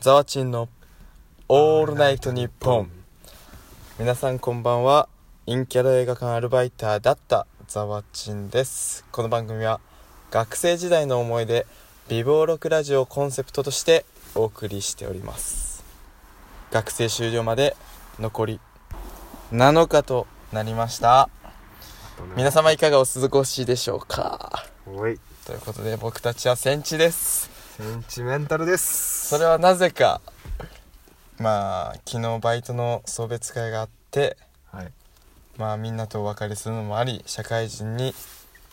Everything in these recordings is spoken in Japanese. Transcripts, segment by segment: ザワチンのオールナイトニッポン皆さんこんばんは陰キャラ映画館アルバイターだったザワチンですこの番組は学生時代の思い出美貌録ラジオをコンセプトとしてお送りしております学生終了まで残り7日となりました皆様いかがお過ごしでしょうかおいということで僕たちはセンチですセンチメンタルですそれはなぜかまあ昨日バイトの送別会があってはいまあみんなとお別れするのもあり社会人に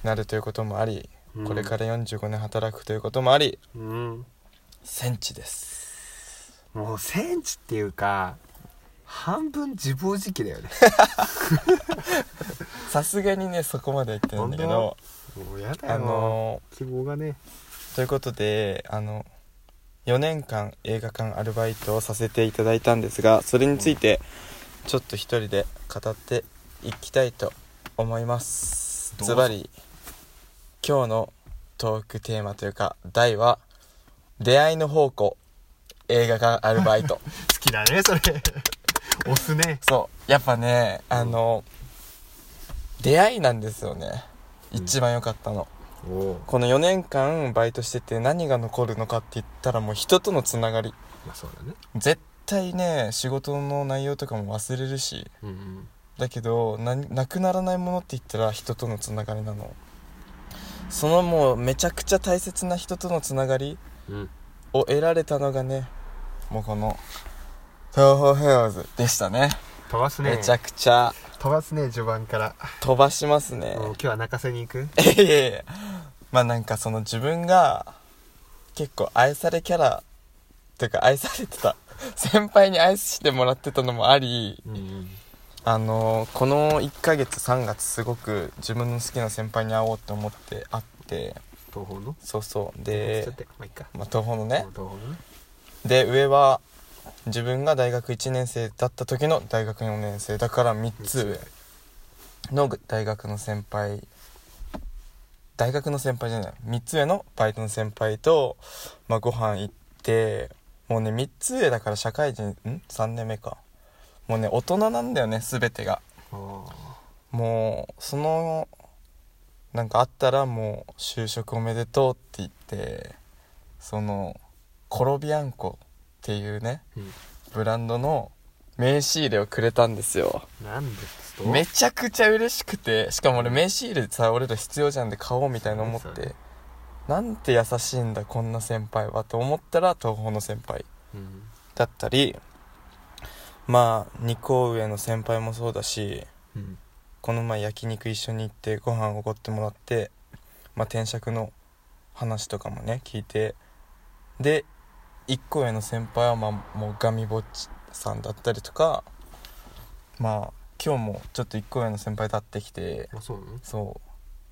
なるということもあり、これから45年働くということもありうんセンチですもうセンチっていうか半分自暴自棄だよねさすがにねそこまでは言ってないんだけどもうやだよあの希望がねということであの4年間映画館アルバイトをさせていただいたんですがそれについてちょっと一人で語っていきたいと思いますどうぞズバリ今日のトークテーマというか題は「出会いの宝庫映画館アルバイト好きだ ねそれ押すね」そうやっぱねあの出会いなんですよね一番良かったの、おおこの4年間バイトしてて何が残るのかって言ったらもう人とのつながりまあそうだね絶対ね仕事の内容とかも忘れるしうんうんだけどななくならないものって言ったら人とのつながりなのそのもうめちゃくちゃ大切な人とのつながりうんを得られたのがねもうこの東方ヘアーズでしたね飛ばすねめちゃくちゃ飛ばすね序盤から、飛ばしますねもう今日は泣かせに行くいやいやいやまあなんかその自分が結構愛されキャラというか愛されてた 先輩に愛してもらってたのもありうんうんあのこの1ヶ月3月すごく自分の好きな先輩に会おうって思って会って東方のそうそう押しでちゃっ、てまあいっかまあ、東方のねもう東方のねで上は自分が大学1年生だった時の大学4年生だから3つ上の大学の先輩大学の先輩じゃない3つ上のバイトの先輩と、まあ、ご飯行ってもうね3つ上だから社会人ん3年目かもうね大人なんだよね全てがおーもうそのなんかあったらもう就職おめでとうって言ってそのコロビアンコっていうねうんブランドの名刺入れをくれたんですよなんですとめちゃくちゃ嬉しくてしかも俺名刺入れさ俺ら必要じゃんで買おうみたいな思っそうそうてなんて優しいんだこんな先輩はと思ったら東宝の先輩うんだったりまあ2校上の先輩もそうだしうんこの前焼肉一緒に行ってご飯おごってもらって、まあ、転職の話とかもね聞いてで1個上の先輩はまあもうガミぼっちさんだったりとかまあ今日もちょっと1個上の先輩立ってきてあそうなのそう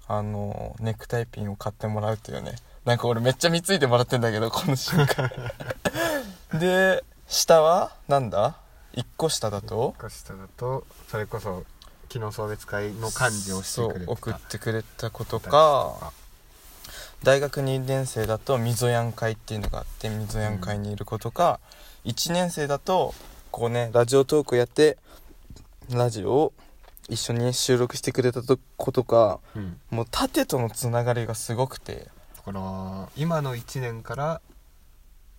あのネクタイピンを買ってもらうっていうねなんか俺めっちゃ貢いでもらってんだけどこの瞬間で下はなんだ1個下だとか下だとそれこそ昨日送別会の幹事をしてくれそうて送ったてくれた子とか大学2年生だとみぞやん会っていうのがあってみぞやん会にいる子とか、1年生だとこうねラジオトークやってラジオを一緒に収録してくれたと子とかうんもう縦とのつながりがすごくてだから今の1年から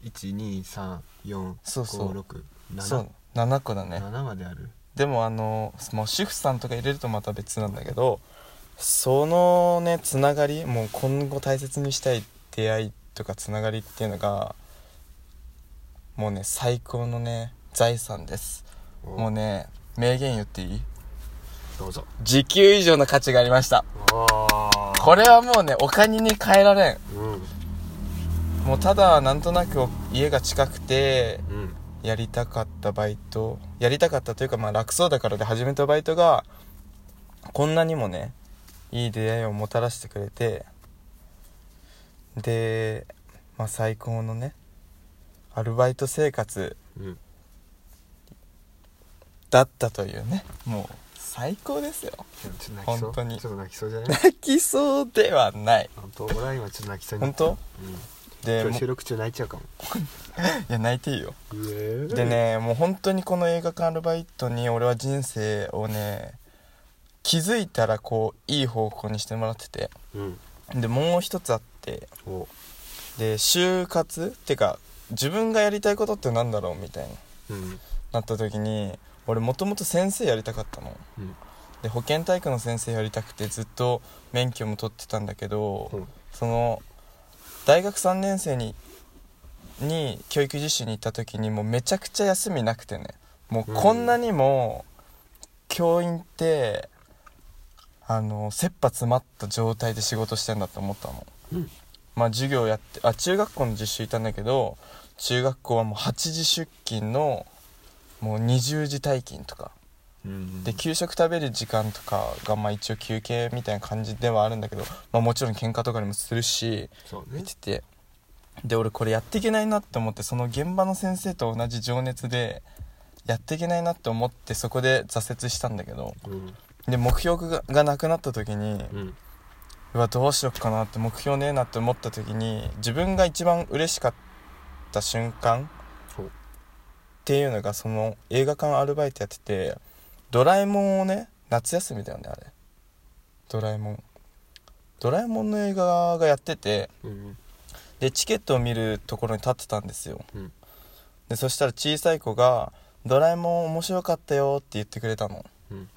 1234567そうそうそう7個だねまであるでもあのもう主婦さんとか入れるとまた別なんだけどそのねつながりもう今後大切にしたい出会いとかつながりっていうのがもうね最高のね財産ですもうね名言言っていいどうぞ時給以上の価値がありましたおーこれはもうねお金に変えられんうんもうただなんとなく家が近くてうんやりたかったバイトやりたかったというかまあ楽そうだからで始めたバイトがこんなにもねいい出会いをもたらしてくれてで、まあ、最高のねアルバイト生活うんだったというねもう最高ですよちょっと泣きそう本当に ちょっと泣きそうじゃない泣きそうではない本当俺は今ちょっと泣きそうに本当うんでもう今日い収録中泣いちゃうかもや泣いていいよででねもう本当にこの映画館アルバイトに俺は人生をね気づいたらこういい方向にしてもらっててうんでもう一つあっておで就活ってか自分がやりたいことってなんだろうみたいにうんなった時に俺もともと先生やりたかったのうんで保健体育の先生やりたくてずっと免許も取ってたんだけど、うんその大学3年生にに教育実習に行った時にもうめちゃくちゃ休みなくてねもうこんなにも教員ってあの切羽詰まった状態で仕事してんだって思ったの、うんまあ授業やってあ中学校の実習いたんだけど中学校はもう8時出勤のもう20時退勤とかうんで給食食べる時間とかがまあ一応休憩みたいな感じではあるんだけど、まあ、もちろん喧嘩とかにもするしそう見ねててで俺これやっていけないなって思ってその現場の先生と同じ情熱でやっていけないなって思ってそこで挫折したんだけどうんで目標ががなくなった時にうんうわどうしよっかなって目標ねえなって思った時に自分が一番嬉しかった瞬間そうっていうのがその映画館アルバイトやっててドラえもんをね夏休みだよねあれドラえもんドラえもんの映画がやっててうんでチケットを見るところに立ってたんですようんでそしたら小さい子が「ドラえもん面白かったよ」って言ってくれたのうん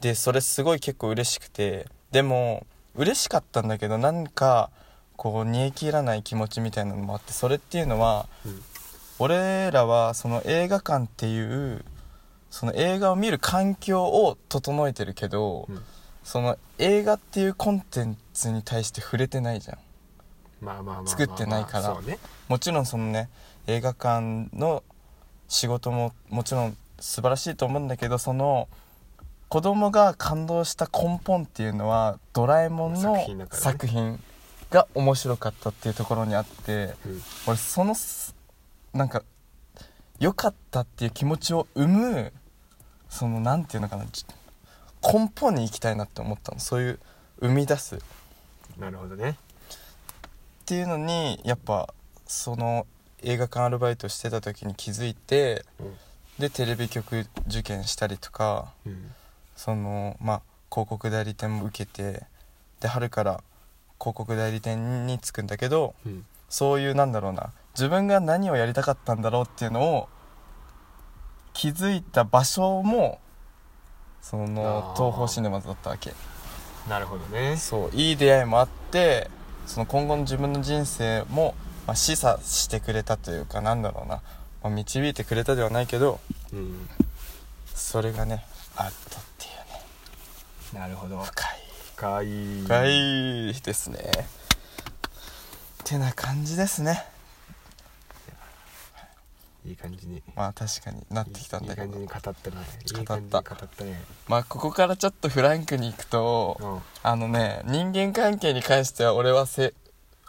でそれすごい結構嬉しくてでも嬉しかったんだけどなんかこう煮え切らない気持ちみたいなのもあってそれっていうのはうん俺らはその映画館っていうその映画を見る環境を整えてるけど、うんその映画っていうコンテンツに対して触れてないじゃんまあまあまあまあまあ作ってないからそうねもちろんそのね映画館の仕事ももちろん素晴らしいと思うんだけどその子供が感動した根本っていうのは「ドラえもん」作の品だからね作品が面白かったっていうところにあってうん俺そのすなんか良かったっていう気持ちを生むそのなんていうのかなじ根本に行きたいなって思ったのそういう生み出すっなるほどねていうのにやっぱその映画館アルバイトしてた時に気づいてうんでテレビ局受験したりとかうんそのまあ広告代理店も受けてで春から広告代理店に就くんだけどうんそういうなんだろうな自分が何をやりたかったんだろうっていうのを気づいた場所もそのあー東宝シネマズだったわけなるほどねそういい出会いもあってその今後の自分の人生も、まあ、示唆してくれたというかなんだろうな、まあ、導いてくれたではないけどうんそれがねあったっていうねなるほど深い深い深いですねてな感じですねいい感じにまあ確かになってきたんだけいい感どじに語ったね語ったいい感じに語ったねまあここからちょっとフランクに行くとうんあのね人間関係に関しては俺はせ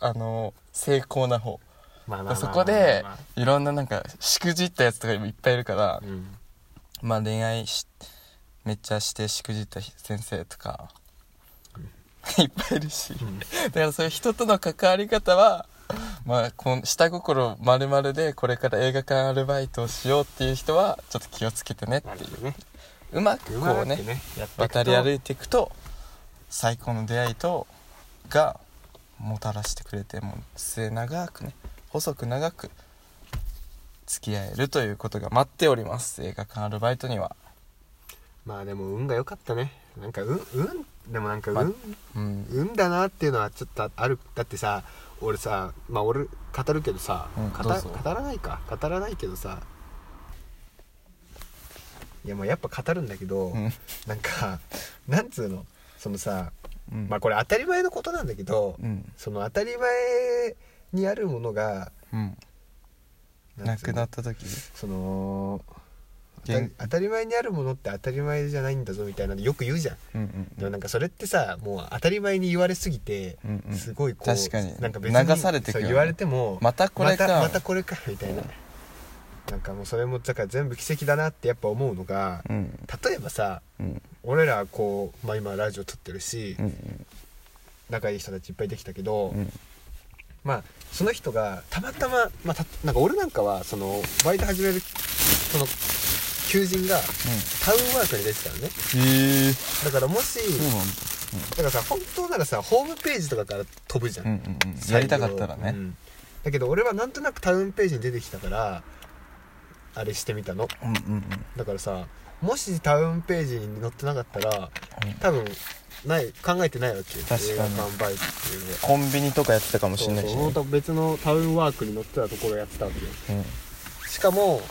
あの成功な方まあまあまあまあまあそこでいろんななんかしくじったやつとかいっぱいいるからうんまあ恋愛しめっちゃしてしくじった先生とかいっぱいいるしうんだからそういう人との関わり方はまあこの下心まるまるでこれから映画館アルバイトをしようっていう人はちょっと気をつけてねなるっていうほどねうまくうこまうくねねやっていくと渡り歩いていくと最高の出会いとがもたらしてくれてもう末長くね細く長く付き合えるということが待っております映画館アルバイトにはまあでも運が良かったねなんか運運でもなんか運、まあうん運だなっていうのはちょっとあるだってさ俺さまあ俺語るけどさ、うん語どうぞ語らないか語らないけどさいやまあやっぱ語るんだけど、うんなんかなんつうのそのさうんまあこれ当たり前のことなんだけど、うんその当たり前にあるものがうんななんつうくのなった時その当た現り当たり前にあるものって当たり前じゃないんだぞみたいなのよく言うじゃん、うんうでんもなんかそれってさもう当たり前に言われすぎて、うんうんすごいこう確かになんか別に流されてくよねそう言われてもまたこれかまたまたこれかみたいな、なんかもうそれもだから全部奇跡だなってやっぱ思うのが、うん例えばさうん俺らこう、まあ、今ラジオ撮ってるし、うん仲いい人たちいっぱいできたけど、うんまあその人がたまたま、まあ、たなんか俺なんかはそのバイト始めるその求人がタウンワークに出てたのねへえだからもしそうなんだだからさ本当ならさホームページとかから飛ぶじゃん、うんうんうんやりたかったらうねんだけど俺はなんとなくタウンページに出てきたからあれしてみたのうんうんうんだからさもしタウンページに載ってなかったら多分ない考えてないわけよ確かに映画館バイトっていうのはコンビニとかやってたかもしそれうないしねそう本当別のタウンワークに載ってたところやってたわけようんしかも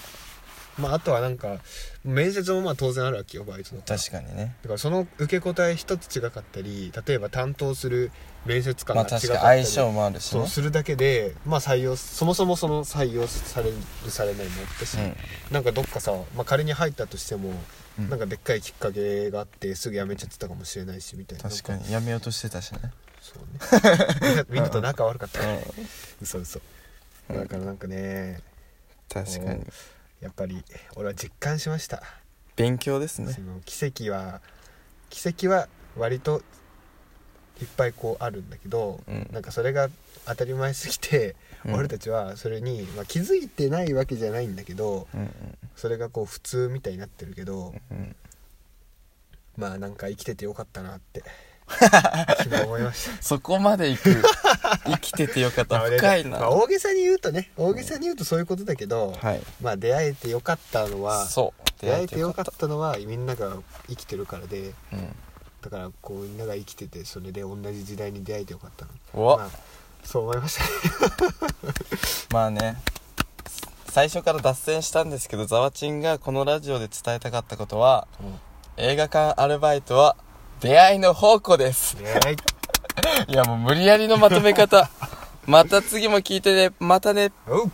まああとはなんか面接もまあ当然あるわけよバイトの確かにねだからその受け答え一つ違かったり例えば担当する面接官まがあ違かった確り、かに相性もあるしそうねするだけで、まあ、採用そもそもその採用されるされないもあったし、なんかどっかさ、まあ、仮に入ったとしても、うんなんかでっかいきっかけがあってすぐ辞めちゃってたかもしれないしみたいな確かなんにやめようとしてたしねそ うねみんなと仲悪かったからうん嘘嘘うんだからなんかね確かにやっぱり俺は実感しました、勉強ですねその奇跡は奇跡は割といっぱいこうあるんだけど、うんなんかそれが当たり前すぎて、うん俺たちはそれに、まあ、気づいてないわけじゃないんだけどうんそれがこう普通みたいになってるけどうんうんまあなんか生きててよかったなって 昨日思いましそこまで行 く生きててよかったた深いまあな大げさに言うとね大げさに言うとそういうことだけど、はいまあ出会えてよかったのはそう出会えてよかったのはみんなが生きてるからでうんだからこうみんなが生きててそれで同じ時代に出会えてよかったのうわまあ、そう思いましたねまあね最初から脱線したんですけどざわちんがこのラジオで伝えたかったことは 映画館アルバイトは出会いの宝庫ですねはいいやもう無理やりのまとめ方また次も聞いてねまたねおう